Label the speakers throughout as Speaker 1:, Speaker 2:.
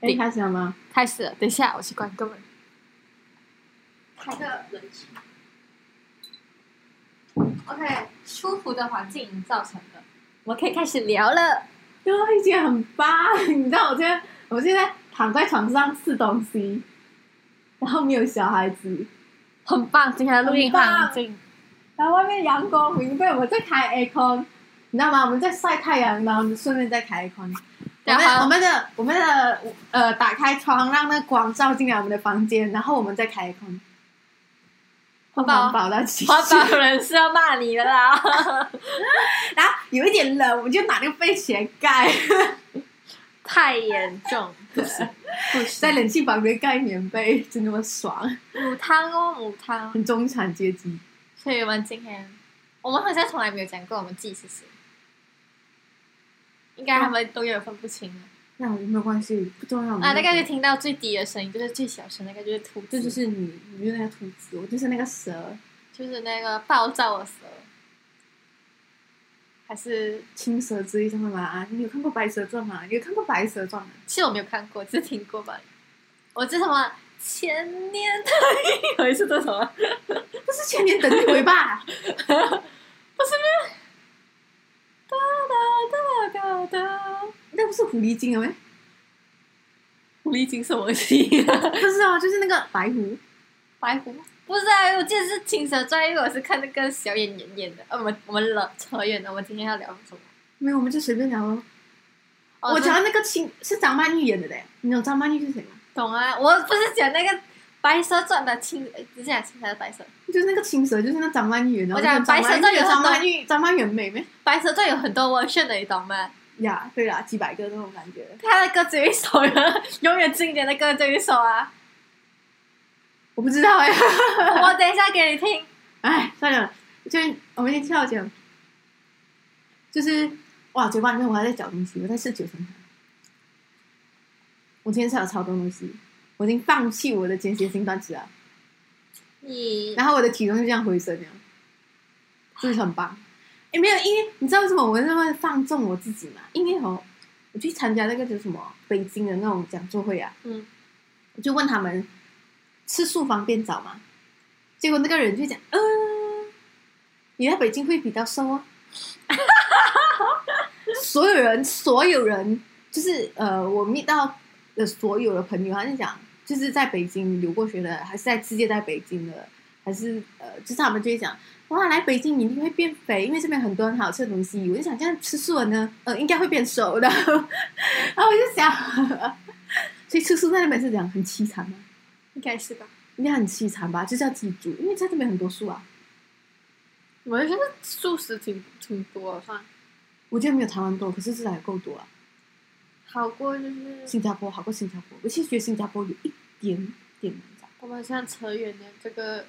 Speaker 1: 哎，开始了吗？
Speaker 2: 开始了，等一下，我去关个门。
Speaker 3: 开个冷气。OK，
Speaker 2: 舒服的环境造成的，我们可以开始聊了。
Speaker 1: 因为已经很巴，你知道，我现在我现在躺在床上吃东西，然后没有小孩子，
Speaker 2: 很棒，今天的录音
Speaker 1: 很棒
Speaker 2: 环境
Speaker 1: 然后外面阳光明媚，我在开 aircon，你知道吗？我们在晒太阳，然后我们顺便在开 aircon。我
Speaker 2: 然
Speaker 1: 们
Speaker 2: 后
Speaker 1: 我们的我们的呃，打开窗让那光照进来我们的房间，然后我们再开 aircon。
Speaker 2: 环保
Speaker 1: 环保到极
Speaker 2: 环
Speaker 1: 致，
Speaker 2: 保人是要骂你的啦，
Speaker 1: 然后有一点冷，我们就拿那个被鞋盖，
Speaker 2: 太严重， 不行不
Speaker 1: 在
Speaker 2: 行。
Speaker 1: 冷气旁边盖棉被，就那么爽，
Speaker 2: 母汤哦，母汤。
Speaker 1: 很中产阶级。
Speaker 2: 所以我们今天，我们好像从来没有讲过我们自己是谁，应该他们都有分不清了。
Speaker 1: 那我没有关系，不重要。
Speaker 2: 啊，大概就听到最低的声音，就是最小声，那个就是兔子，
Speaker 1: 这就是你，你就是那个兔子，我就是那个蛇，
Speaker 2: 就是那个暴躁的蛇，还是
Speaker 1: 青蛇之一，知道吗？啊，你有看过《白蛇传》吗？你有看过《白蛇传》吗？
Speaker 2: 其实我没有看过，只是听过吧。我这什么前年有一次做什么，
Speaker 1: 不是前年等你回吧？
Speaker 2: 不是咩？哒哒哒哒哒，
Speaker 1: 那不是狐狸精了啊没？
Speaker 2: 狐狸精什么戏？
Speaker 1: 不是哦，就是那个白狐。
Speaker 2: 白狐？不是啊，我记得是《青蛇传》，因为我是看那个小演员演的。呃，我们我们聊扯远了，我们今天要聊什么？
Speaker 1: 没有，我们就随便聊咯。
Speaker 2: 哦
Speaker 1: 我
Speaker 2: 这
Speaker 1: 讲的那个青是张曼玉演的嘞，你懂张曼玉是谁吗？
Speaker 2: 懂啊，我不是讲那个《白蛇传》的青，呃只是讲青蛇的白蛇，《
Speaker 1: 就是那个青蛇，就是那张曼玉演的。
Speaker 2: 我讲
Speaker 1: 然后张
Speaker 2: 白蛇
Speaker 1: 曼玉
Speaker 2: 传有
Speaker 1: 张
Speaker 2: 很多
Speaker 1: 曼玉，张曼玉很美咩？
Speaker 2: 白蛇传》有很多 version 的，你懂吗？
Speaker 1: 呀，对啦，几百个那种感觉。
Speaker 2: 他的歌只有一首，永远经典的歌只有一首 啊！
Speaker 1: 我不知道哎、
Speaker 2: 我等一下给你听。
Speaker 1: 哎，算了，就我们先跳讲，就是哇，嘴巴里面我还在嚼东西，我在吃九层塔。我今天吃了超多东西，我已经放弃我的间歇性断食了，
Speaker 2: 你
Speaker 1: 然后我的体重就这样回升了，是不是很棒？哎，没有，因为你知道为什么我那么放纵我自己嘛？因为哦，我去参加那个叫什么北京的那种讲座会啊，
Speaker 2: 嗯，
Speaker 1: 我就问他们吃素方便找吗？结果那个人就讲，嗯、你在北京会比较瘦哦。 所有人，所有人，就是呃，我 meet 到的所有的朋友，他就讲，就是在北京留过学的，还是在世界在北京的，还是呃，就是他们就会讲，哇，来北京你一定会变肥，因为这边很多很好吃的东西。我就想，这样吃素了呢，呃，应该会变瘦的。 然后我就想，所以吃素在那边是讲很凄惨吗？
Speaker 2: 应该是吧？
Speaker 1: 应该很凄惨吧，就是要自己煮，因为在这边很多素啊。
Speaker 2: 我就觉得素食挺挺多的哈，
Speaker 1: 我觉得没有台湾多，可是至少也够多啊。
Speaker 2: 好过就是
Speaker 1: 新加坡好过新加坡，我其实觉得新加坡有一点点难找。
Speaker 2: 我们好像扯远了这个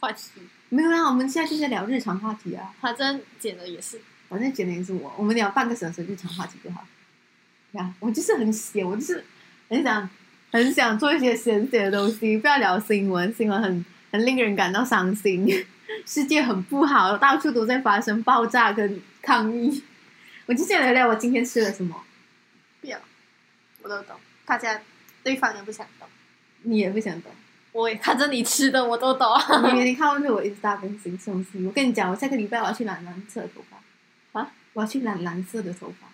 Speaker 2: 话题。
Speaker 1: 没有啦，我们现在就是在聊日常话题啊，
Speaker 2: 反正剪的也是，
Speaker 1: 反正剪的也是我，我们聊半个小时日常话题就好。呀，我就是很闲，我就是很想很想做一些闲闲的东西，不要聊新闻，新闻很很令人感到伤心， 世界很不好，到处都在发生爆炸跟抗议。 我就想聊聊我今天吃了什么，
Speaker 2: 不要，我都懂，大家对方也不想懂，
Speaker 1: 你也会想懂。
Speaker 2: 我也看着你吃的我都 懂。
Speaker 1: 你你看过去我一直大更新东西。我跟你讲，我下个礼拜我要去染蓝色的头发
Speaker 2: 啊！
Speaker 1: 我要去染蓝色的头发，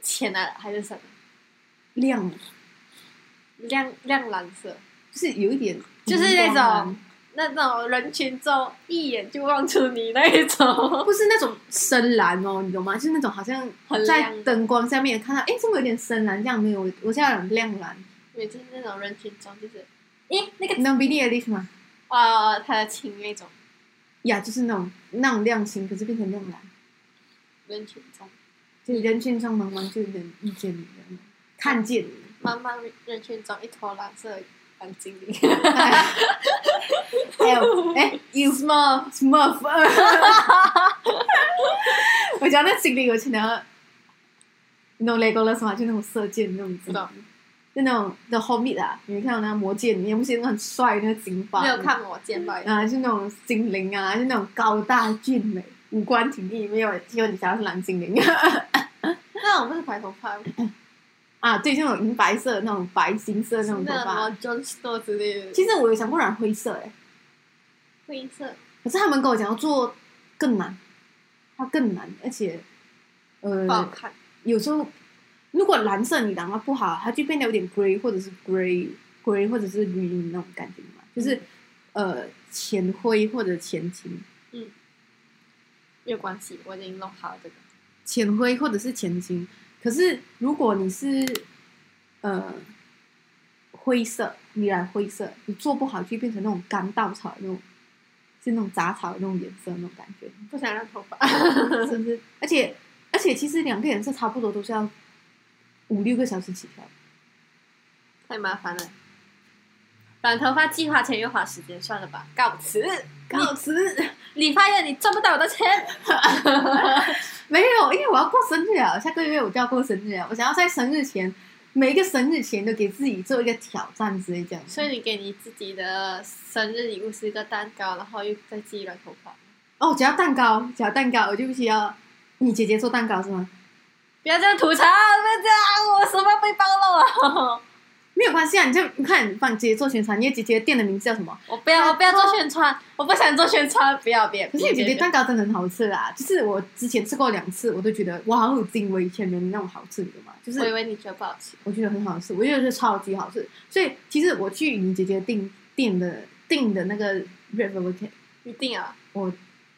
Speaker 2: 浅蓝还是什么？
Speaker 1: 亮，
Speaker 2: 亮亮蓝色，
Speaker 1: 就是有一点
Speaker 2: 就
Speaker 1: 荧光蓝，啊
Speaker 2: 是那种那种人群中一眼就望出你那一种。
Speaker 1: 不是那种深蓝哦，你懂吗？就是那种好像
Speaker 2: 很亮
Speaker 1: 在灯光下面看到，哎，这么有点深蓝，这样没有？我我现在染亮蓝，
Speaker 2: 每次那种人群中就是，咦，那个
Speaker 1: 你懂 Billie Eilish 吗？
Speaker 2: 啊，他的亲那种
Speaker 1: 呀，就是那种那种亮青，可是变成亮蓝，
Speaker 2: 人群中，
Speaker 1: 就人群中茫茫，就能遇见你，这样吗看见你。
Speaker 2: 慢慢人群中一坨蓝色蓝精灵，
Speaker 1: 哎呦，哎，you smurf smurf，我讲那精灵有钱的，你懂 Legolas 吗？就那种射箭那种，
Speaker 2: 不知道？
Speaker 1: 就那种 The Hobbit 啊，你有看到那个魔戒里面不是有那个很帅的那个金发？
Speaker 2: 没有看我见 吧？
Speaker 1: 啊，就那种精灵啊，就那种高大俊美、五官挺立，没有只有你想要是蓝精灵
Speaker 2: 那种不是白头发，
Speaker 1: 啊，对，就那种银白色、那种白金色那种头
Speaker 2: 那
Speaker 1: 发。
Speaker 2: 么 John Store 之类的，
Speaker 1: 其实我有想过染灰色哎、
Speaker 2: 灰色
Speaker 1: 可是他们跟我讲要做更难，它更难，而且呃
Speaker 2: 不好看。
Speaker 1: 有时候如果蓝色你染到不好，它就变得有点 grey 或者是 grey grey 或者是 green 那种感觉嘛，就是、呃浅灰或者浅青，
Speaker 2: 没有关系，我已经弄好了这个。
Speaker 1: 浅灰或者是浅青。可是如果你是呃灰色，你染灰色，你做不好就变成那种干稻草的那种，是那种杂草的那种颜色那种感觉。
Speaker 2: 不想染头 发，
Speaker 1: 是不是？而且而且，其实两个颜色差不多都是要五六个小时起跳。
Speaker 2: 太麻烦了。染头发既花钱又花时间，算了吧，告辞。
Speaker 1: 告辞，
Speaker 2: 理发院你赚不到我的 钱，
Speaker 1: 没有，因为我要过生日啊，下个月我就要过生日啊，我想要在生日前，每一个生日前都给自己做一个挑战之类这样。
Speaker 2: 所以你给你自己的生日礼物是一个蛋糕，然后又再自己染头发。
Speaker 1: 哦，只要蛋糕，只要蛋糕，我就必须要。你姐姐做蛋糕是吗？
Speaker 2: 不要这样吐槽，不要这样，我什么被暴露了？
Speaker 1: 没有关系啊，你就你看，你帮你姐姐做宣传，你姐姐的店的名字叫什么？
Speaker 2: 我不要，我不要做宣传，我不想做宣传，不要，别。
Speaker 1: 可是你姐姐
Speaker 2: 别
Speaker 1: 蛋糕真的很好吃啦，就是我之前吃过两次，我都觉得哇，好有惊为天人的那种好吃，你懂吗？就是
Speaker 2: 我以为你觉得不好吃，
Speaker 1: 我觉得很好吃，我觉得是超级好吃。所以其实我去你姐姐订订的订的那个 Red Velvet Cake，
Speaker 2: 一定啊，
Speaker 1: 我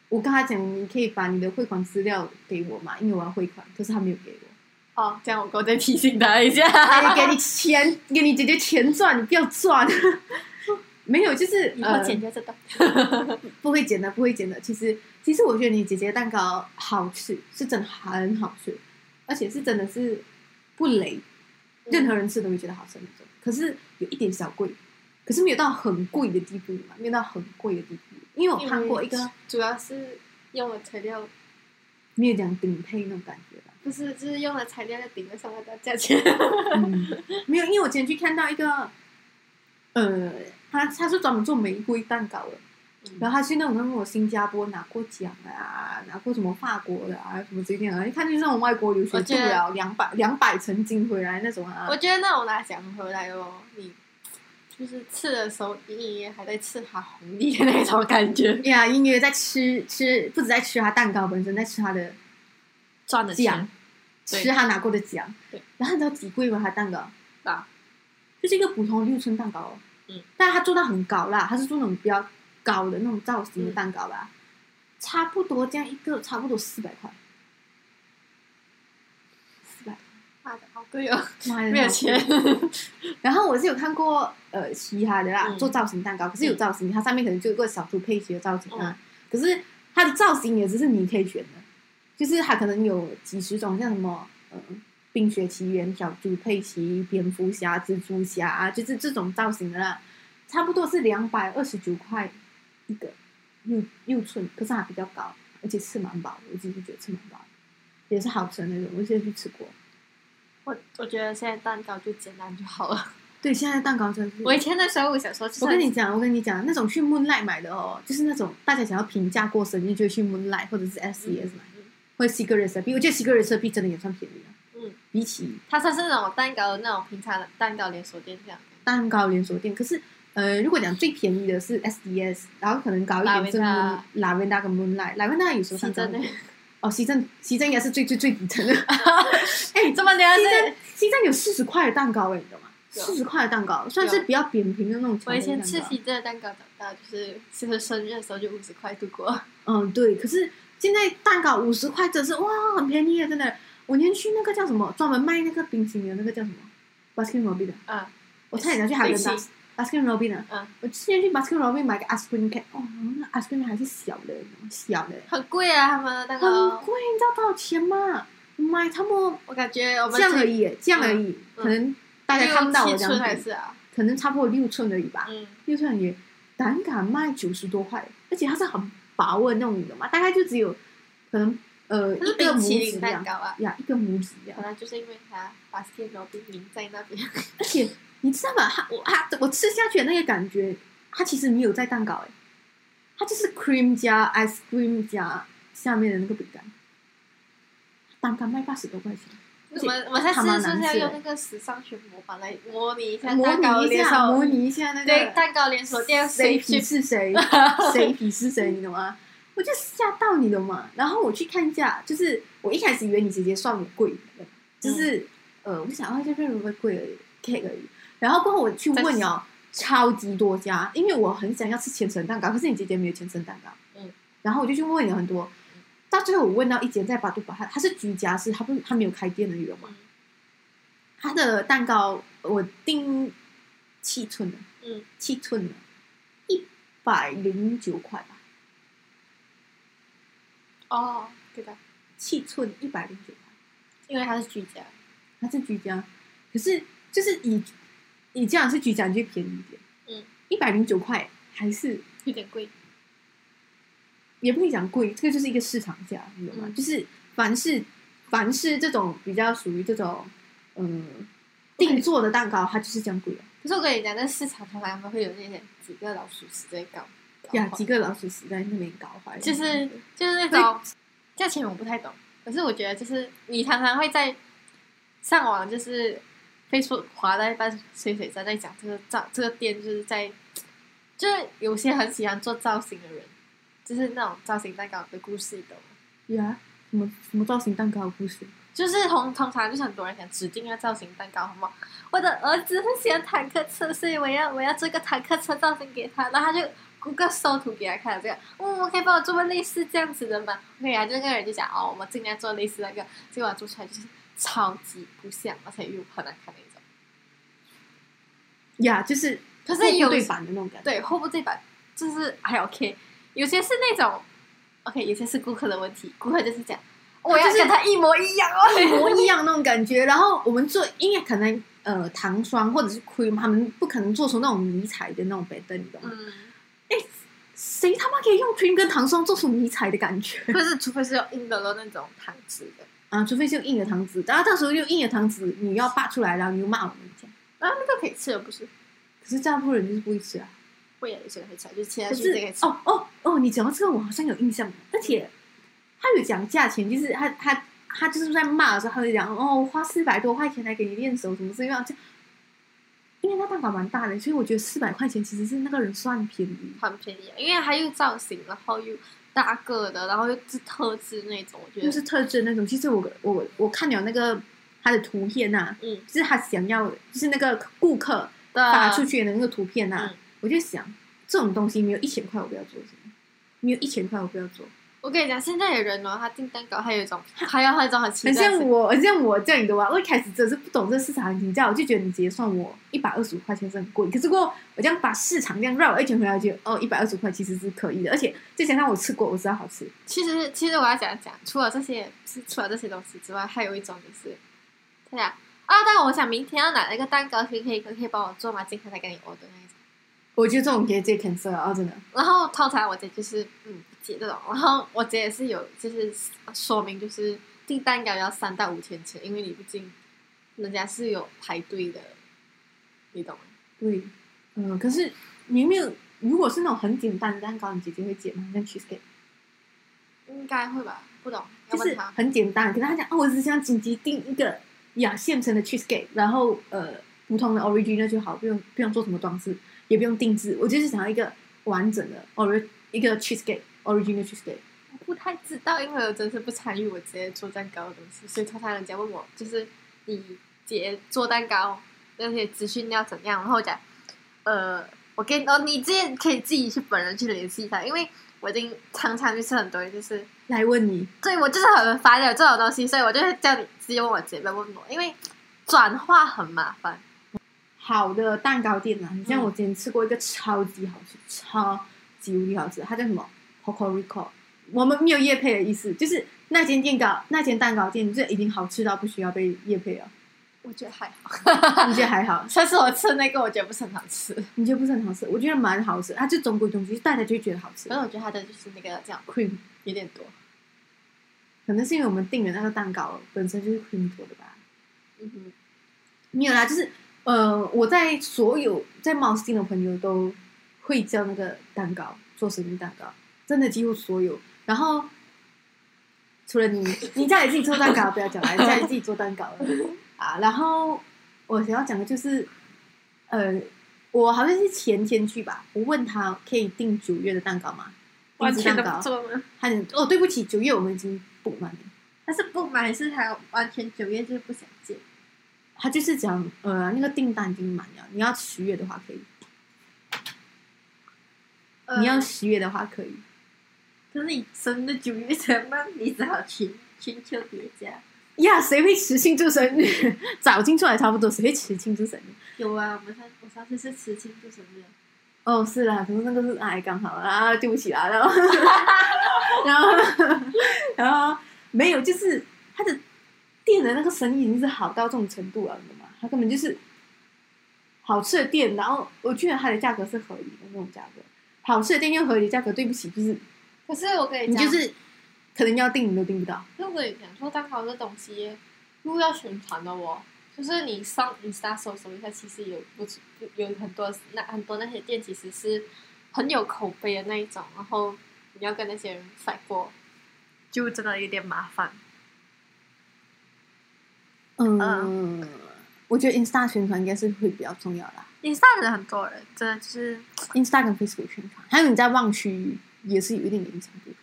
Speaker 1: 我跟她讲，你可以把你的汇款资料给我嘛，因为我要汇款，可是她没有给我，
Speaker 2: 哦，这样我我再提醒他一下。
Speaker 1: 哎，给你钱，给你姐姐钱赚，你不要赚。 没有，就是
Speaker 2: 以后
Speaker 1: 呃
Speaker 2: 剪掉这段。
Speaker 1: 不会剪的，不会剪的。其实，其实我觉得你姐姐蛋糕好吃，是真的很好吃，而且是真的是不雷，任何人吃都会觉得好吃那种。可是有一点小贵，可是没有到很贵的地步嘛，没有到很贵的地步。因为我看过一个，
Speaker 2: 嗯主要是用了材料，
Speaker 1: 没有讲顶配那种感觉吧。
Speaker 2: 不是就是用了材料在顶着上面的价 钱。
Speaker 1: 嗯， 没有，因为我之前去看到一个，呃，他他是专门做玫瑰蛋糕的，
Speaker 2: 嗯
Speaker 1: 然后他去那种什么新加坡拿过奖的啊，拿过什么法国的啊，什么这些啊，一看就是那种外国留学
Speaker 2: 我
Speaker 1: 度
Speaker 2: 觉得
Speaker 1: 了两百两百成金回来那种啊
Speaker 2: 我。觉得那种拿奖回来哦，你就是吃的时候隐隐约还在吃它红利的那种感觉，
Speaker 1: 呀，音乐在吃吃，不止在吃他蛋糕本身，在吃他的
Speaker 2: 赚的
Speaker 1: 奖
Speaker 2: 钱，对
Speaker 1: 吃他拿过的奖
Speaker 2: 对。
Speaker 1: 然后你知道几贵吗？他蛋糕
Speaker 2: 吧？
Speaker 1: 就是一个普通的六寸蛋糕、哦，
Speaker 2: 嗯，
Speaker 1: 但他做到很高啦，他是做那种比较高的那种造型的蛋糕啦，差不多这样一个差不多四百块，四百，
Speaker 2: 妈的好贵哦，
Speaker 1: 妈的
Speaker 2: 没有
Speaker 1: 好
Speaker 2: 钱。
Speaker 1: 然后我是有看过呃其他的啦，
Speaker 2: 嗯
Speaker 1: 做造型蛋糕，可是有造型，它上面可能就有个小猪佩奇的造型啊。
Speaker 2: 嗯
Speaker 1: 可是它的造型也只是你可以选的，就是它可能有几十种，像什么呃《冰雪奇缘》、小猪佩奇、蝙蝠侠、蜘蛛侠啊，就是这种造型的啦，差不多是两百二十九块一个六六寸，可是它比较高，而且吃蛮饱的，我自己觉得吃蛮饱的，也是好吃的那种，我之前去吃过。
Speaker 2: 我我觉得现在蛋糕就简单就好了。
Speaker 1: 对，现在蛋糕真的是
Speaker 2: 我以前的时候，我小时候就是
Speaker 1: 我跟你讲，我跟你讲，那种去 Moonlight 买的哦，就是那种大家想要平价过生日就去 Moonlight 或者是 SES 买，
Speaker 2: 嗯
Speaker 1: 或者 Secret Recipe。我觉得 Secret Recipe 真的也算便宜了，啊
Speaker 2: 嗯，
Speaker 1: 比起
Speaker 2: 它算是那种蛋糕的那种平常的蛋糕连锁店这样。
Speaker 1: 蛋糕连锁店。可是，呃，如果讲最便宜的是 SDS，然后可能高一点是
Speaker 2: Lavenda
Speaker 1: Lavenda 跟 Moonlight。Lavenda 有时候
Speaker 2: 西
Speaker 1: 蛋糕
Speaker 2: 真的，
Speaker 1: 哦，西镇西镇应该是最最最底层的。
Speaker 2: 哎，这么聊
Speaker 1: 西
Speaker 2: 是
Speaker 1: 镇西镇有四十块的蛋糕哎，你懂吗？
Speaker 2: 有
Speaker 1: 四十块的蛋糕算是比较扁平的那种巧克
Speaker 2: 我
Speaker 1: 力
Speaker 2: 以
Speaker 1: 蛋糕。
Speaker 2: 前吃喜的蛋糕长大，就是其实生日的时候就五十块度 过。
Speaker 1: 嗯，对。可是现在蛋糕五十块，真是哇，很便宜耶，真的。我连去那个叫什么，专门卖那个冰淇淋的那个叫什么，Baskin Robbins 的，
Speaker 2: 啊，
Speaker 1: 我差点要去海
Speaker 2: 冰
Speaker 1: 伦
Speaker 2: 淇
Speaker 1: 达
Speaker 2: 淋
Speaker 1: Baskin Robbins 的。
Speaker 2: 嗯，
Speaker 1: 我之前去 Baskin Robbins 买个 ice cream cake，哦，那 ice cream 还是小的，小的，
Speaker 2: 很贵啊，他们的蛋
Speaker 1: 很
Speaker 2: 糕，
Speaker 1: 贵，你知道多少钱吗？我买差不多
Speaker 2: 我感觉我们
Speaker 1: 这样
Speaker 2: 自
Speaker 1: 而
Speaker 2: 己
Speaker 1: 已耶，这样而已，
Speaker 2: 嗯
Speaker 1: 可能大家看不到我这
Speaker 2: 六七
Speaker 1: 样
Speaker 2: 寸还
Speaker 1: 子，啊
Speaker 2: 是啊，
Speaker 1: 可能差不多六寸而已吧。
Speaker 2: 嗯，
Speaker 1: 六寸也胆敢卖九十多块，而且它是很薄的那种，你懂吗？大概就只有可能呃
Speaker 2: 它
Speaker 1: 一
Speaker 2: 是
Speaker 1: 个
Speaker 2: 冰淇
Speaker 1: 拇指
Speaker 2: 淋
Speaker 1: 这
Speaker 2: 蛋
Speaker 1: 样
Speaker 2: 糕啊，
Speaker 1: 呀，一个拇指这样
Speaker 2: 可。能就是因为它把 s k 冰名在那 边，
Speaker 1: 而且你知道吗？它我它我吃下去的那个感觉，它其实没有在蛋糕哎，它就是 cream 加 ice cream 加下面的那个饼干，蛋糕卖八十多块钱，
Speaker 2: 那我们我们下次
Speaker 1: 它蛮
Speaker 2: 是不是
Speaker 1: 难
Speaker 2: 要
Speaker 1: 吃的
Speaker 2: 用那个时尚学模板来模拟一下
Speaker 1: 模
Speaker 2: 蛋糕
Speaker 1: 拟一
Speaker 2: 连
Speaker 1: 下，
Speaker 2: 锁？
Speaker 1: 模拟一下那
Speaker 2: 对，
Speaker 1: 个
Speaker 2: 蛋糕连锁店
Speaker 1: 谁
Speaker 2: 谁
Speaker 1: 皮
Speaker 2: 去？
Speaker 1: 是 谁，谁皮是谁，你懂吗？我就吓到你懂吗？然后我去看价，就是我一开始以为你直接算我贵的，就是、呃，我想要这边会不会贵而已，cake 而已。然后过后我去问哦， 超级多家，因为我很想要吃千层蛋糕，可是你姐姐没有千层蛋糕，
Speaker 2: 嗯，
Speaker 1: 然后我就去问了很多，到最后我问到一间在巴杜巴汉，它是居家式，它不它没有开店的，你懂吗
Speaker 2: 嗯？
Speaker 1: 它的蛋糕我订七寸的，
Speaker 2: 嗯，
Speaker 1: 七寸的，一百零九块吧，
Speaker 2: 哦，对的，
Speaker 1: 七寸一百零九块，
Speaker 2: 因为它是居家，
Speaker 1: 它是居家，可是就是以以这样是居家你就便宜一点，
Speaker 2: 嗯，
Speaker 1: 一百零九块还是
Speaker 2: 有点贵。
Speaker 1: 也不会讲贵，这个就是一个市场价，你懂吗？
Speaker 2: 嗯
Speaker 1: 就是凡是凡是这种比较属于这种嗯、呃
Speaker 2: 对
Speaker 1: 定做的蛋糕，它就是这样贵啊。
Speaker 2: 可是我跟你讲，在市场上他们会有那些几个老鼠屎在搞，搞
Speaker 1: 呀，
Speaker 2: 坏
Speaker 1: 几个老鼠死在那边搞坏，
Speaker 2: 就是就是那种价钱我不太懂，可是我觉得就是你常常会在上网就是 Facebook 滑到一半，水水在在讲这个造这个店就是在，就是有些很喜欢做造型的人，就是那种造型蛋糕的故事，你懂吗？
Speaker 1: 呀，什么什么造型蛋糕的故事，
Speaker 2: 就是通通常就是很多人想指定要造型蛋糕，好吗？我的儿子很喜欢坦克车，所以我要我要做一个坦克车造型给他，然后他就 Google 搜图给他看，这个，嗯，我可以帮我做个类似这样子的吗？对啊，就那个人就讲哦，我尽量做类似那个，结果做出来就是超级不像，而且又很难看那种。
Speaker 1: 呀，就是
Speaker 2: 可
Speaker 1: 货
Speaker 2: 是
Speaker 1: 不
Speaker 2: 有
Speaker 1: 对版的那种感觉，
Speaker 2: 对，后部这版就是还 OK，有些是那种 OK，有些是顾客的问题，顾客就是讲我要
Speaker 1: 就是
Speaker 2: 跟他一模一样哦，
Speaker 1: 一模一样那种感觉。然后我们做，因为可能呃糖霜或者是 cream，他们不可能做出那种迷彩的那种白灯，你懂吗？
Speaker 2: 嗯。
Speaker 1: 谁他妈可以用 cream 跟糖霜做出迷彩的感觉？
Speaker 2: 或是除非是用印的咯那种糖纸的，
Speaker 1: 啊，除非是用硬的糖纸，然后到时候用硬的糖纸，你要拔出来，然后你又骂我们这样。
Speaker 2: 然啊后那个可以吃的不是？
Speaker 1: 可是大部分人就是不会吃啊。
Speaker 2: 会有一些人会吃，就是切下
Speaker 1: 可
Speaker 2: 去这
Speaker 1: 是
Speaker 2: 个可以吃。
Speaker 1: 哦哦哦，你讲到这个，我好像有印象，而且他有讲价钱，就是他他他就是在骂的时候，他会讲哦，我花四百多块钱来给你练手，怎么这样？这样因为那蛋糕蛮大的，所以我觉得四百块钱其实是那个人算便宜。
Speaker 2: 很便宜，啊因为它又造型，然后又大个的，然后又是特制那种，我觉
Speaker 1: 就
Speaker 2: 得
Speaker 1: 是特征那种。其实我我我看了那个他的图片呐、啊，
Speaker 2: 嗯，
Speaker 1: 就是他想要，就是那个顾客
Speaker 2: 对
Speaker 1: 发出去的那个图片呐、啊，
Speaker 2: 啊嗯
Speaker 1: 我就想这种东西没有一千块我不要做，真的没有一千块我不要做。
Speaker 2: 我跟你讲，现在的人哦，他订蛋糕还有一种，还有还有一种很奇
Speaker 1: 很
Speaker 2: 怪的
Speaker 1: 像
Speaker 2: 事，
Speaker 1: 我，很像我这样的哇！我一开始真的是不懂这市场评价，我就觉得你直接算我一百二十五块钱是很贵。可是过后我这样把市场这样绕了一圈回来，我觉得哦，一百二十五块其实是可以的，而且再加上我吃过，我知道好吃。
Speaker 2: 其实其实我要讲讲，除了这些是除了这些东西之外，还有一种就是，对呀、啊，但我想明天要拿那个蛋糕，可以可以可以帮我做吗？今天再给你 order 那一种。
Speaker 1: 我觉得这种可以直接 cancel 了，哦，真的。
Speaker 2: 然后通常我姐就是嗯不接这种，然后我姐也是有就是说明就是订蛋糕要三到五天前，因为你不进，人家是有排队的，你懂吗？
Speaker 1: 对，嗯、可是你有没有？如果是那种很简单的蛋糕，你姐姐会剪吗？像 cheesecake，
Speaker 2: 应该会吧？不懂，要
Speaker 1: 就
Speaker 2: 问
Speaker 1: 是
Speaker 2: 她。
Speaker 1: 很简单。可是她讲，哦，我只想紧急订一个呀现成的 cheesecake，然后呃普通的 original 就好，不用不用做什么装饰，也不用定制。我就是想要一个完整的 ori 一个 cheesecake original cheesecake。
Speaker 2: 我不太知道，因为我真是不参与我直接做蛋糕的东西，所以通常人家问我就是你姐做蛋糕那些资讯要怎样，然后我讲呃，我跟哦你自己可以自己去本人去联系一下，因为我已经常常就是很多人就是。
Speaker 1: 来问你，
Speaker 2: 对我就是很烦有这种东西，所以我就会叫你直接问我姐，不要问我，因为转化很麻烦。
Speaker 1: 好的蛋糕店啊，你像
Speaker 2: 嗯
Speaker 1: 我之前吃过一个超级好吃，超级无敌好吃，它叫什么 Cocorico。我们没有叶配的意思，就是那间蛋糕，那间蛋糕店，这已经好吃到不需要被叶配了。
Speaker 2: 我觉得还好，
Speaker 1: 你觉得还好？
Speaker 2: 上次我吃那个我觉得不是很好吃，
Speaker 1: 你觉得不是很好吃？我觉得蛮好吃，它就中规中矩，大家就会觉得好吃
Speaker 2: 可。是我觉得它的就是那个这样
Speaker 1: cream
Speaker 2: 有点多。
Speaker 1: 可能是因为我们订的那个蛋糕本身就是 cream 做的吧。
Speaker 2: 嗯哼，
Speaker 1: 没有啦，就是呃，我在所有在 Mouse 店的朋友都会叫那个蛋糕做生日蛋糕，真的几乎所有。然后除了你，你家里自己做蛋糕，不要讲了，你家里自己做蛋糕 了啊。然后我想要讲的就是，呃，我好像是前天去吧，我问他可以订九月的蛋糕吗？
Speaker 2: 完全
Speaker 1: 订制蛋
Speaker 2: 都不
Speaker 1: 糕，
Speaker 2: 做吗？
Speaker 1: 他很哦，对不起，九月我们已经不满了。
Speaker 2: 他是不买，是还完全九月就是不想接。
Speaker 1: 他就是讲，呃，那个订单已经满了，你要十月的话可以，
Speaker 2: 呃嗯
Speaker 1: 你要十月的话可以。
Speaker 2: 可呃是你真的九月才慢，你只好寻寻求别家。
Speaker 1: 呀，谁会吃庆祝生日？早进出来差不多，谁会吃庆祝生日？
Speaker 2: 有啊，我们上我上次是吃庆祝生日，
Speaker 1: 哦，是啦，可是那个是哎，刚好啊，对不起啦，然后， 然后，然后没有，就是他的店的那个生意已经是好到这种程度了，你懂吗？他根本就是好吃的店，然后我觉得它的价格是合理的那种价格，好吃的店又合理价格，对不起，就是
Speaker 2: 可是我跟
Speaker 1: 你
Speaker 2: 讲，
Speaker 1: 就是可能要订你都订不到。
Speaker 2: 如果你想做蛋糕这东西，如果要宣传的哦，就是你上 Insta 搜搜一下，其实有不止有很多那很多那些店其实是很有口碑的那一种，然后你要跟那些人甩锅，就真的有点麻烦。
Speaker 1: 嗯，我觉得 Insta 宣传应该是会比较重要啦。
Speaker 2: Insta 的很多人真的就是。
Speaker 1: Insta 跟 Facebook 宣传，还有你在旺区也是有一定的影响力。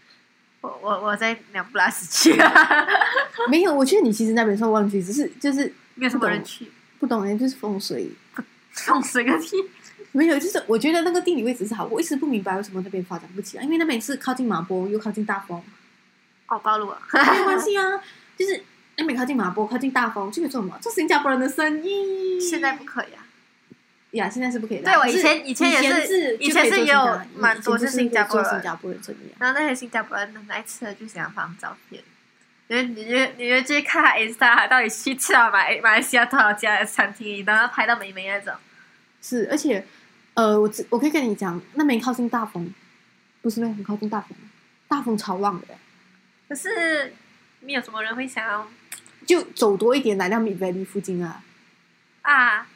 Speaker 2: 我我我在鸟不拉屎去、啊
Speaker 1: 没有，我觉得你其实那边算旺区，只是就是
Speaker 2: 没有什么人去，
Speaker 1: 不懂人就是风水。
Speaker 2: 送死个屁！
Speaker 1: 没有，就是我觉得那个地理位置是好，我一直不明白为什么那边发展不起来，因为那边是靠近马波，又靠近大丰，
Speaker 2: 哦，暴露啊！
Speaker 1: 没有关系啊，就是那边靠近马波，靠近大丰，这个做什么？做新加坡人的生意。
Speaker 2: 现在不可以啊。
Speaker 1: 呀，现在是不可以的。
Speaker 2: 对我
Speaker 1: 可是
Speaker 2: 以前
Speaker 1: 以
Speaker 2: 以前也是
Speaker 1: 是
Speaker 2: 以前
Speaker 1: 就可以做
Speaker 2: 是
Speaker 1: 新加
Speaker 2: 也有蛮多
Speaker 1: 以前就是
Speaker 2: 新加坡人
Speaker 1: 做新加坡人生意啊。
Speaker 2: 然后那些新加坡人很爱吃的，就想放照片。因为你就你就去看他 Insta 他到底去吃了马来马来西亚多少家的餐厅，然后拍到美美那种。
Speaker 1: 是，而且，呃，我只我可以跟你讲，那边靠近大风，不是那边很靠近大风，大风超旺的，
Speaker 2: 可是没有什么人会想要
Speaker 1: 就走多一点来到米菲利附近啊，
Speaker 2: 啊。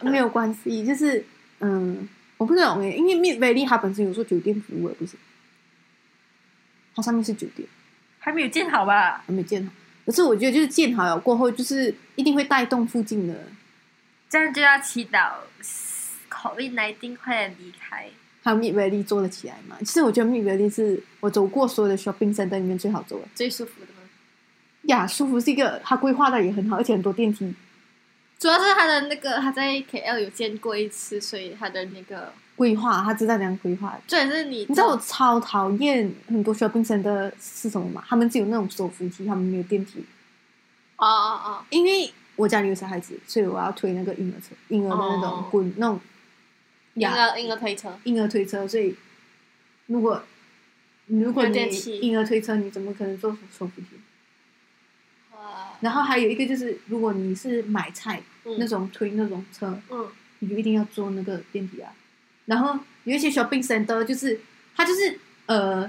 Speaker 1: 没有关系，就是嗯，我不懂诶，因为米菲利它本身有做酒店服务的，不是？它上面是酒店，
Speaker 2: 还没有建好吧？
Speaker 1: 还没建好。可是我觉得就是建好了过后，就是一定会带动附近的。
Speaker 2: 这样就要祈祷 COVID 1 9快点离开。
Speaker 1: 还有 Mid Valley 做了起来嘛？其实我觉得 Mid Valley 是我走过所有的 shopping center 里面最好走的。
Speaker 2: 最舒服的吗？
Speaker 1: 呀，舒服是一个，它规划的也很好，而且很多电梯。
Speaker 2: 主要是他的那个他在 KL 有见过一次，所以他的那个，
Speaker 1: 规划，他知道怎样规划。
Speaker 2: 这也是你
Speaker 1: 你知道我超讨厌很多 shopping center 是什么吗？他们只有那种手扶梯，他们没有电梯。
Speaker 2: 哦哦
Speaker 1: 因为我家里有小孩子，所以我要推那个婴儿车、婴儿的那种
Speaker 2: 哦
Speaker 1: 滚、那种
Speaker 2: 哦，婴
Speaker 1: 呀
Speaker 2: 儿婴儿推车，
Speaker 1: 婴儿推车，所以如果如果
Speaker 2: 有
Speaker 1: 你
Speaker 2: 电梯
Speaker 1: 婴儿推车，你怎么可能坐手手扶梯？
Speaker 2: 哇，
Speaker 1: 然后还有一个就是，如果你是买菜、那
Speaker 2: 嗯
Speaker 1: 种推那种车，
Speaker 2: 嗯，
Speaker 1: 你就一定要坐那个电梯啊。然后有一些 shopping center 就是它就是呃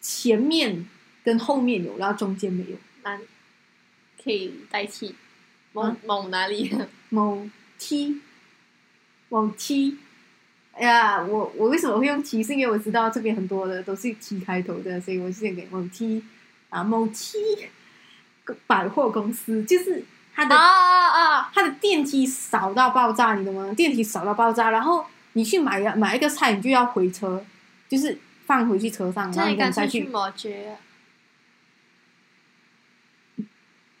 Speaker 1: 前面跟后面有，然后中间没有。
Speaker 2: 哪里可以代替？某
Speaker 1: 嗯
Speaker 2: 某哪里？
Speaker 1: 某 T，某 T，哎呀，我我为什么会用 T？是因为我知道这边很多的都是 T 开头的，所以我之前给某 T 啊某 T 百货公司，就是它的
Speaker 2: 啊啊 啊！
Speaker 1: 它的电梯少到爆炸，你懂吗？电梯少到爆炸，然后你去买呀买一个菜，你就要回车，就是放回去车上，然
Speaker 2: 这
Speaker 1: 后
Speaker 2: 里
Speaker 1: 你
Speaker 2: 干
Speaker 1: 赶再
Speaker 2: 脆去
Speaker 1: 去。
Speaker 2: 摩羯啊，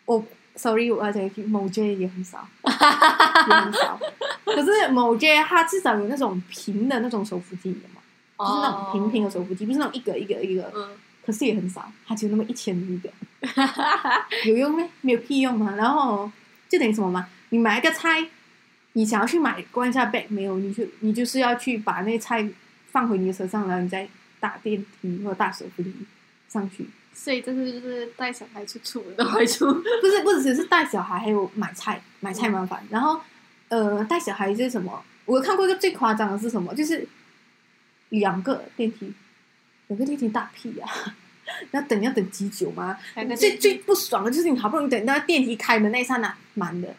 Speaker 1: 我哦 sorry，我而且去某 J 也很少，也很少。可是某 J 它至少有那种平的那种手扶梯，你懂吗？就是那种平平的手扶梯，不是那种一格一格一格，
Speaker 2: 哦，
Speaker 1: 可是也很少，它只有那么一千一个。
Speaker 2: 嗯，
Speaker 1: 有用咩？没有屁用嘛。然后就等于什么嘛？你买一个菜，你想要去买关一下 bag 没有？你就你就是要去把那菜放回你的车上，然后你再搭电嗯梯或者搭手扶梯上去。
Speaker 2: 所以这是就是带小孩去出门的坏处。
Speaker 1: 不是，不只是带小孩，还有买菜，买菜麻
Speaker 2: 嗯
Speaker 1: 烦。然后呃，带小孩是什么？我看过一个最夸张的是什么？就是两个电梯，两个电梯大屁呀、啊！ 要等要等几久吗？
Speaker 2: 两个
Speaker 1: 最
Speaker 2: 电梯
Speaker 1: 最不爽的就是你好不容易等到电梯开门那一刹那，满的，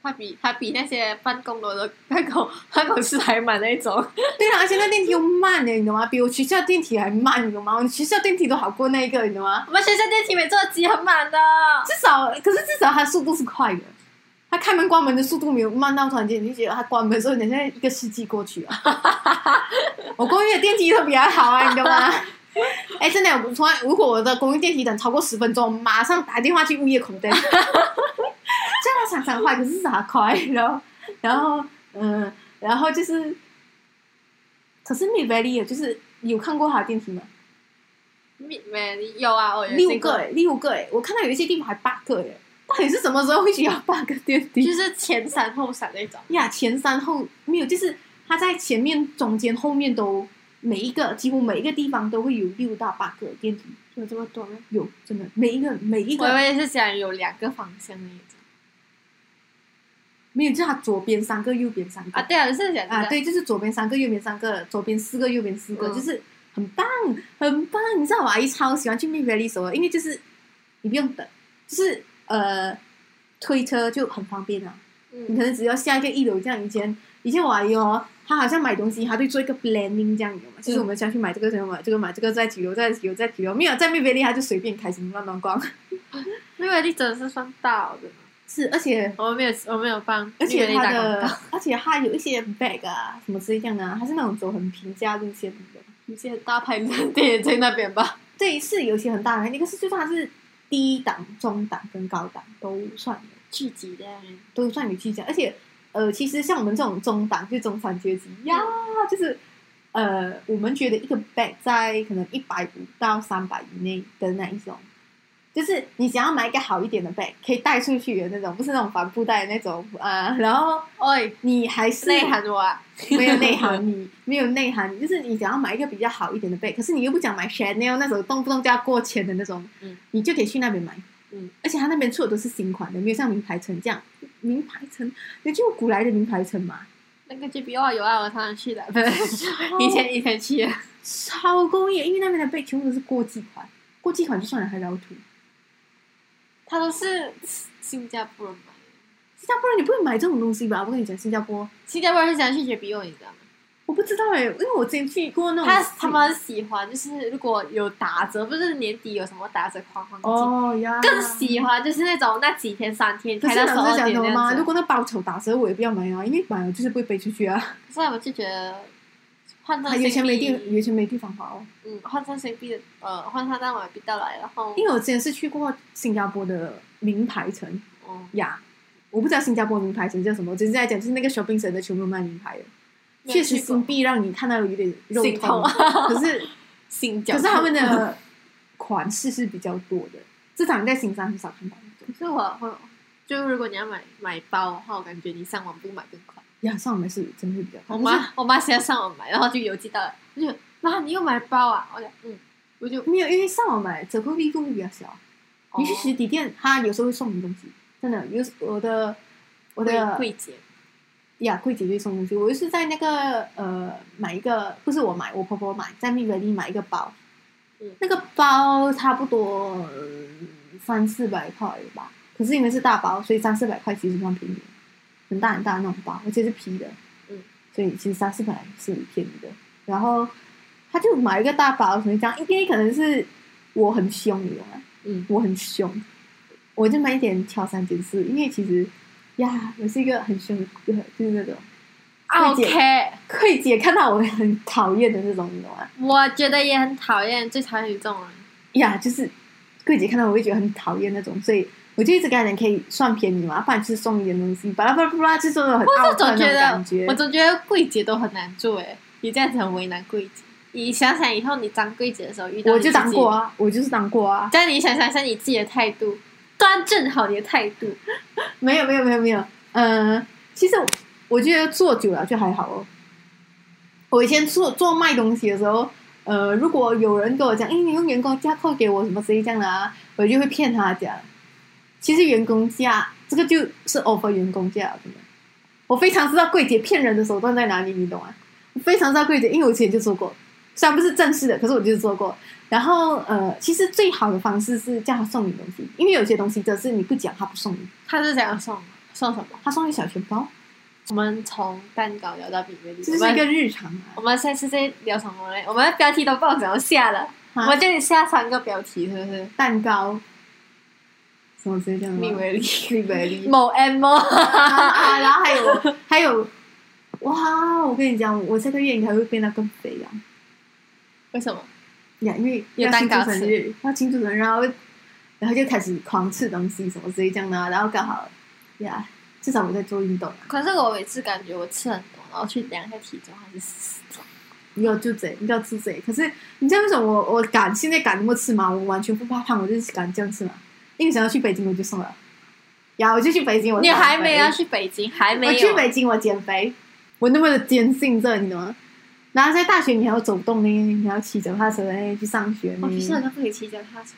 Speaker 2: 它比它比那些办公楼的 办公办公室还满那种。
Speaker 1: 对啊啦，而且那电梯又慢呢，你懂吗？比我学校电梯还慢，你懂吗？我学校电梯都好过那个，你懂吗？
Speaker 2: 我们学校电梯每座机很满的，
Speaker 1: 至少，可是至少它速度是快的，它开门关门的速度没有慢到突然间你就觉得它关门的时候，你现在一个世纪过去了。我公寓的电梯都比较好啊，你懂吗？哎、真的，我从来如果我的公寓电梯等超过十分钟，马上打电话去物业口袋。这样常常坏，可是至少它快，然后，然后，嗯、然后就是，可是 Mid Valley 就是有看过它的电梯吗？
Speaker 2: Mid Valley 有啊，我有
Speaker 1: 六
Speaker 2: 经
Speaker 1: 个
Speaker 2: 过
Speaker 1: 哎、六个哎、我看到有一些地方还八个哎、到底是什么时候会需要八个电梯？
Speaker 2: 就是前三后三那种。
Speaker 1: 呀，前三后没有，就是它在前面、中间、后面都每一个几乎每一个地方都会有六到八个电梯，
Speaker 2: 有这么多吗？
Speaker 1: 有真的每一个每一
Speaker 2: 我以
Speaker 1: 个
Speaker 2: 为是讲有两个方向那一种
Speaker 1: 没有，就是它左边三个，右边三个
Speaker 2: 啊，对啊，是讲
Speaker 1: 啊，，对，就是左边三个，右边三个，左边四个，右边四个，
Speaker 2: 嗯
Speaker 1: 就是很棒，很棒。你知道我阿姨超喜欢去 Mid Valley 走的，因为就是你不用等，就是呃推车就很方便啊。你可
Speaker 2: 嗯，
Speaker 1: 能只要下一个一楼这样。以前以前我阿姨哦，她好像买东西，她对做一个 planning 这样有嘛，就是我们想去买这个，想买这个，买这个，再几楼，再几楼，再几楼，没有在密菲利，她就随便开心乱乱逛。
Speaker 2: 那个地真的是算到的，
Speaker 1: 是，而且
Speaker 2: 我没有我没有帮，
Speaker 1: 而且
Speaker 2: 打
Speaker 1: 她
Speaker 2: 广
Speaker 1: 的
Speaker 2: 告，，
Speaker 1: 而且她有一些 bag 啊什么之类这样的啊，她是那种走很平价路线的。
Speaker 2: 你记得大牌子的店也在那边吧？
Speaker 1: 对，是有一些很大的，那个是就是它是低档、中档跟高档都算有。
Speaker 2: 聚集的人，
Speaker 1: 都算你去讲，而且呃，其实像我们这种中档就中产阶级呀，就是呃，我们觉得一个 bag 在可能一百五到三百以内的那一种，就是你想要买一个好一点的 bag，可以带出去的那种，不是那种帆布袋的那种啊、呃然后
Speaker 2: 哎，
Speaker 1: 你还是
Speaker 2: 内涵我啊，
Speaker 1: 没有 内涵你，没有内涵你，就是你想要买一个比较好一点的 bag，可是你又不想买 Chanel 那种动不动就要过千的那种，
Speaker 2: 嗯
Speaker 1: 你就可以去那边买，
Speaker 2: 嗯，
Speaker 1: 而且他那边出的都是新款的，没有像名牌城这样，名牌城，你就古来的名牌城嘛，
Speaker 2: 那个 G B O 有啊，我常常去 的，不哦是，以前以前去的，
Speaker 1: 超工业，因为那边的 bag 全部都是过季款，过季款就算了，还老土，
Speaker 2: 他都是新加坡人买的，
Speaker 1: 新加坡人你不会买这种东西吧？我跟你讲，新加坡
Speaker 2: 新加坡人是想去 G B O，你知道吗？
Speaker 1: 我不知道哎、因为我之前去过那种
Speaker 2: 他他们喜欢就是如果有打折，不是年底有什么打折狂欢节，
Speaker 1: 哦呀，
Speaker 2: 更喜欢就是那种那几天三天
Speaker 1: 可
Speaker 2: 开
Speaker 1: 是老
Speaker 2: 到十
Speaker 1: 实
Speaker 2: 二
Speaker 1: 讲
Speaker 2: 点
Speaker 1: 的
Speaker 2: 那
Speaker 1: 嘛，
Speaker 2: 样
Speaker 1: 如
Speaker 2: 子。
Speaker 1: 果那包丑打折，我也不要买啊，因为买了就是不会背出去啊。
Speaker 2: 可是我就觉得换
Speaker 1: 他
Speaker 2: 算
Speaker 1: 啊有
Speaker 2: 新
Speaker 1: 钱没地，
Speaker 2: 币，
Speaker 1: 有钱没地方花哦。
Speaker 2: 嗯，换算新币的呃换算到马币到来，然后
Speaker 1: 因为我之前是去过新加坡的名牌城
Speaker 2: 哦，
Speaker 1: 呀，我不知道新加坡名牌城叫什么，我只是在讲就是那个 shopping 城的全部卖名牌的，
Speaker 2: 没
Speaker 1: 确
Speaker 2: 有
Speaker 1: 实
Speaker 2: 去过
Speaker 1: 新币让你看到有点肉
Speaker 2: 心
Speaker 1: 痛
Speaker 2: 痛，
Speaker 1: 可是
Speaker 2: 新角
Speaker 1: 可是他们的款式是比较多的，至少你在新山很少看到那种
Speaker 2: 可。是我我就如果你要买买包的话，我感觉你上网不买更快。
Speaker 1: 呀，上门是真的是比较
Speaker 2: 我
Speaker 1: 快，可
Speaker 2: 妈我妈现在上网买，然后就邮寄到了，我就妈你又买包啊？我讲嗯，我就是哦
Speaker 1: 没有，因为上网买折扣力度会比较小。你去实体店，他有时候会送你东西，真的，有时我的我
Speaker 2: 我
Speaker 1: 的
Speaker 2: 的柜姐，
Speaker 1: 呀，柜姐就送东西。我就是在那个呃买一个，不是我买，我婆婆买，在蜜格利买一个包，
Speaker 2: 嗯
Speaker 1: 那个包差不多呃三四百块吧。可是因为是大包，所以三四百块其实算便宜的，很大很大的那种包，而且是皮的，
Speaker 2: 嗯，
Speaker 1: 所以其实三四百是便宜的。然后他就买一个大包，可能这样，因为可能是我很凶，你懂吗？
Speaker 2: 嗯，
Speaker 1: 我很凶，我就买一点挑三拣四，因为其实呀，我是一个很凶的，就是那种
Speaker 2: 啊
Speaker 1: 柜姐
Speaker 2: OK。
Speaker 1: 柜姐看到我会很讨厌的那种，你啊懂吗？
Speaker 2: 我觉得也很讨厌，最讨厌你这种人。
Speaker 1: 呀，就是柜姐看到我会觉得很讨厌那种，所以我就一直跟她讲可以算便宜嘛，不然就是送一点东西，巴拉巴拉巴拉，就是那种很傲娇
Speaker 2: 我
Speaker 1: 的
Speaker 2: 总
Speaker 1: 那
Speaker 2: 觉
Speaker 1: 种
Speaker 2: 得
Speaker 1: 感，觉
Speaker 2: 我。总觉得柜姐都很难做哎，你这样子很为难柜姐。你想想以后你当柜姐的时候遇到，
Speaker 1: 我就当过。啊，我就是当过啊，
Speaker 2: 但你想想一下你自己的态度，端正好你的态度。
Speaker 1: 没有没有没有没有，呃，其实我觉得做久了就还好哦。我以前做做卖东西的时候，呃，如果有人跟我讲，哎，你用员工价扣给我什么之类这样的啊，我就会骗他讲，其实员工价这个就是 offer 员工价了，真的。我非常知道柜姐骗人的手段在哪里，你懂吗？我非常知道柜姐，因为我之前就做过，虽然不是正式的，可是我就做过。然后呃，其实最好的方式是叫他送你东西，因为有些东西则是你不讲他不送你。
Speaker 2: 他是怎样送？送什么？
Speaker 1: 他送你小钱包，
Speaker 2: 我们从蛋糕聊到饼月
Speaker 1: 这
Speaker 2: 饼，
Speaker 1: 就
Speaker 2: 我
Speaker 1: 是一个
Speaker 2: 们
Speaker 1: 日常
Speaker 2: 我
Speaker 1: 啊。
Speaker 2: 们下次再聊什么嘞？我们的标题都不好怎么下了，我
Speaker 1: 啊
Speaker 2: 们就下三个标题，是不是？
Speaker 1: 蛋糕，什么之类的吗，
Speaker 2: 米维利、
Speaker 1: 利嗯维利，
Speaker 2: 某 M
Speaker 1: 啊啊，然后还 有还有，哇！我跟你讲，我这个月应该会变得更肥啊！
Speaker 2: 为什么？
Speaker 1: 呀，因为
Speaker 2: 有
Speaker 1: 要庆
Speaker 2: 蛋
Speaker 1: 祝
Speaker 2: 糕吃
Speaker 1: 生日，要庆祝生日，然后然后就开始狂吃东西什么之类这样的啊，然后刚好呀，至少我在做运动啊，
Speaker 2: 可是我每次感觉我吃很多，然后去量一下体重还是
Speaker 1: 你要就这，你要吃这。可是你知道为什么我我敢现在敢这么吃吗？我完全不怕胖，我就是敢这样吃嘛。因为想要去北京，我就送了。呀，我就去北京，我
Speaker 2: 你
Speaker 1: 减
Speaker 2: 还没
Speaker 1: 肥
Speaker 2: 要去北京，还没有。啊哦
Speaker 1: 我去北京，我减肥，我那么的坚信这，你懂吗？然后在大学，你还要走动呢，你还要骑脚踏车呢，去上学呢。
Speaker 2: 哦我学校好啊像不可以骑脚踏车，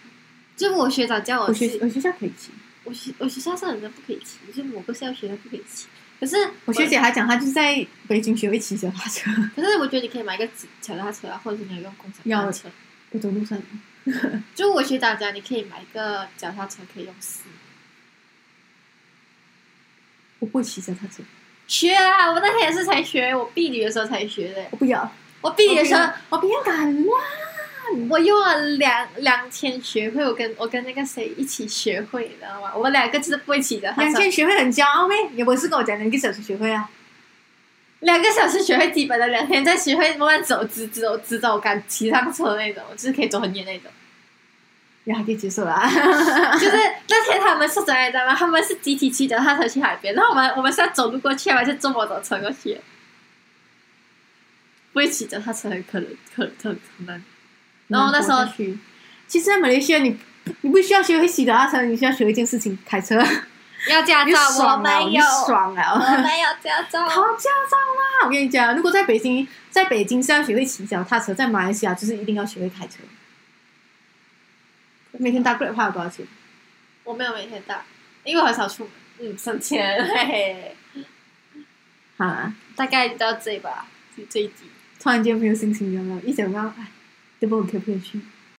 Speaker 2: 就是我学长叫我
Speaker 1: 嗯我学
Speaker 2: 去，
Speaker 1: 我学校可以骑，
Speaker 2: 我学我学校是人家不可以骑，就是某个校学生不可以骑。可是
Speaker 1: 我学，姐还讲她就是在北京学会骑脚踏车，
Speaker 2: 可是我觉得你可以买一个自脚踏车啊，或者是你要用共享
Speaker 1: 要
Speaker 2: 单车。
Speaker 1: 我走路上
Speaker 2: 就我学长讲，你可以买一个脚踏车，可以用四。
Speaker 1: 我不会骑脚踏车，
Speaker 2: 学啊！我那天也是才学，我毕旅的时候才学的。
Speaker 1: 我不要。
Speaker 2: 我毕旅的时候，
Speaker 1: 我不要啊敢啦！
Speaker 2: 我用了两两天学会，我跟我跟那个谁一起学会，你知道吗？我们两个就是不会骑脚踏
Speaker 1: 两
Speaker 2: 车，
Speaker 1: 天学会很骄傲咩？你不是跟我讲两个小时学会啊？
Speaker 2: 两个小时学会基本的，两天再学会慢慢走，直走直走，敢骑上车那种，就是可以走很远那种。
Speaker 1: 然后就结束了啊。
Speaker 2: 就是那天他们是怎样，你知道吗？他们是集体骑脚踏车去海边，然后我们我们是要走路过去，还是坐摩托车过去？不会骑脚踏车很可能可可可能。 然后那时候
Speaker 1: 我就去，其实在马来西亚你你不需要学会骑脚踏车，你需要学会一件事情——开 车。
Speaker 2: 要驾
Speaker 1: 你
Speaker 2: 照，我
Speaker 1: 爽了，
Speaker 2: 没
Speaker 1: 你
Speaker 2: 有，
Speaker 1: 爽啊了。
Speaker 2: 我没有驾照。
Speaker 1: 考驾照啊啦！我跟你讲，如果在北京，在北京是要学会骑脚踏车，在马来西亚就是一定要学会开车。每天搭 Grab 花了多少钱？
Speaker 2: 我没有每天带，因为我很少出门，嗯，省钱，嘿嘿。
Speaker 1: 好啦，
Speaker 2: 大概到这吧，这这一集。
Speaker 1: 突然间没有心情聊了，一想到哎，都不我可不可以去？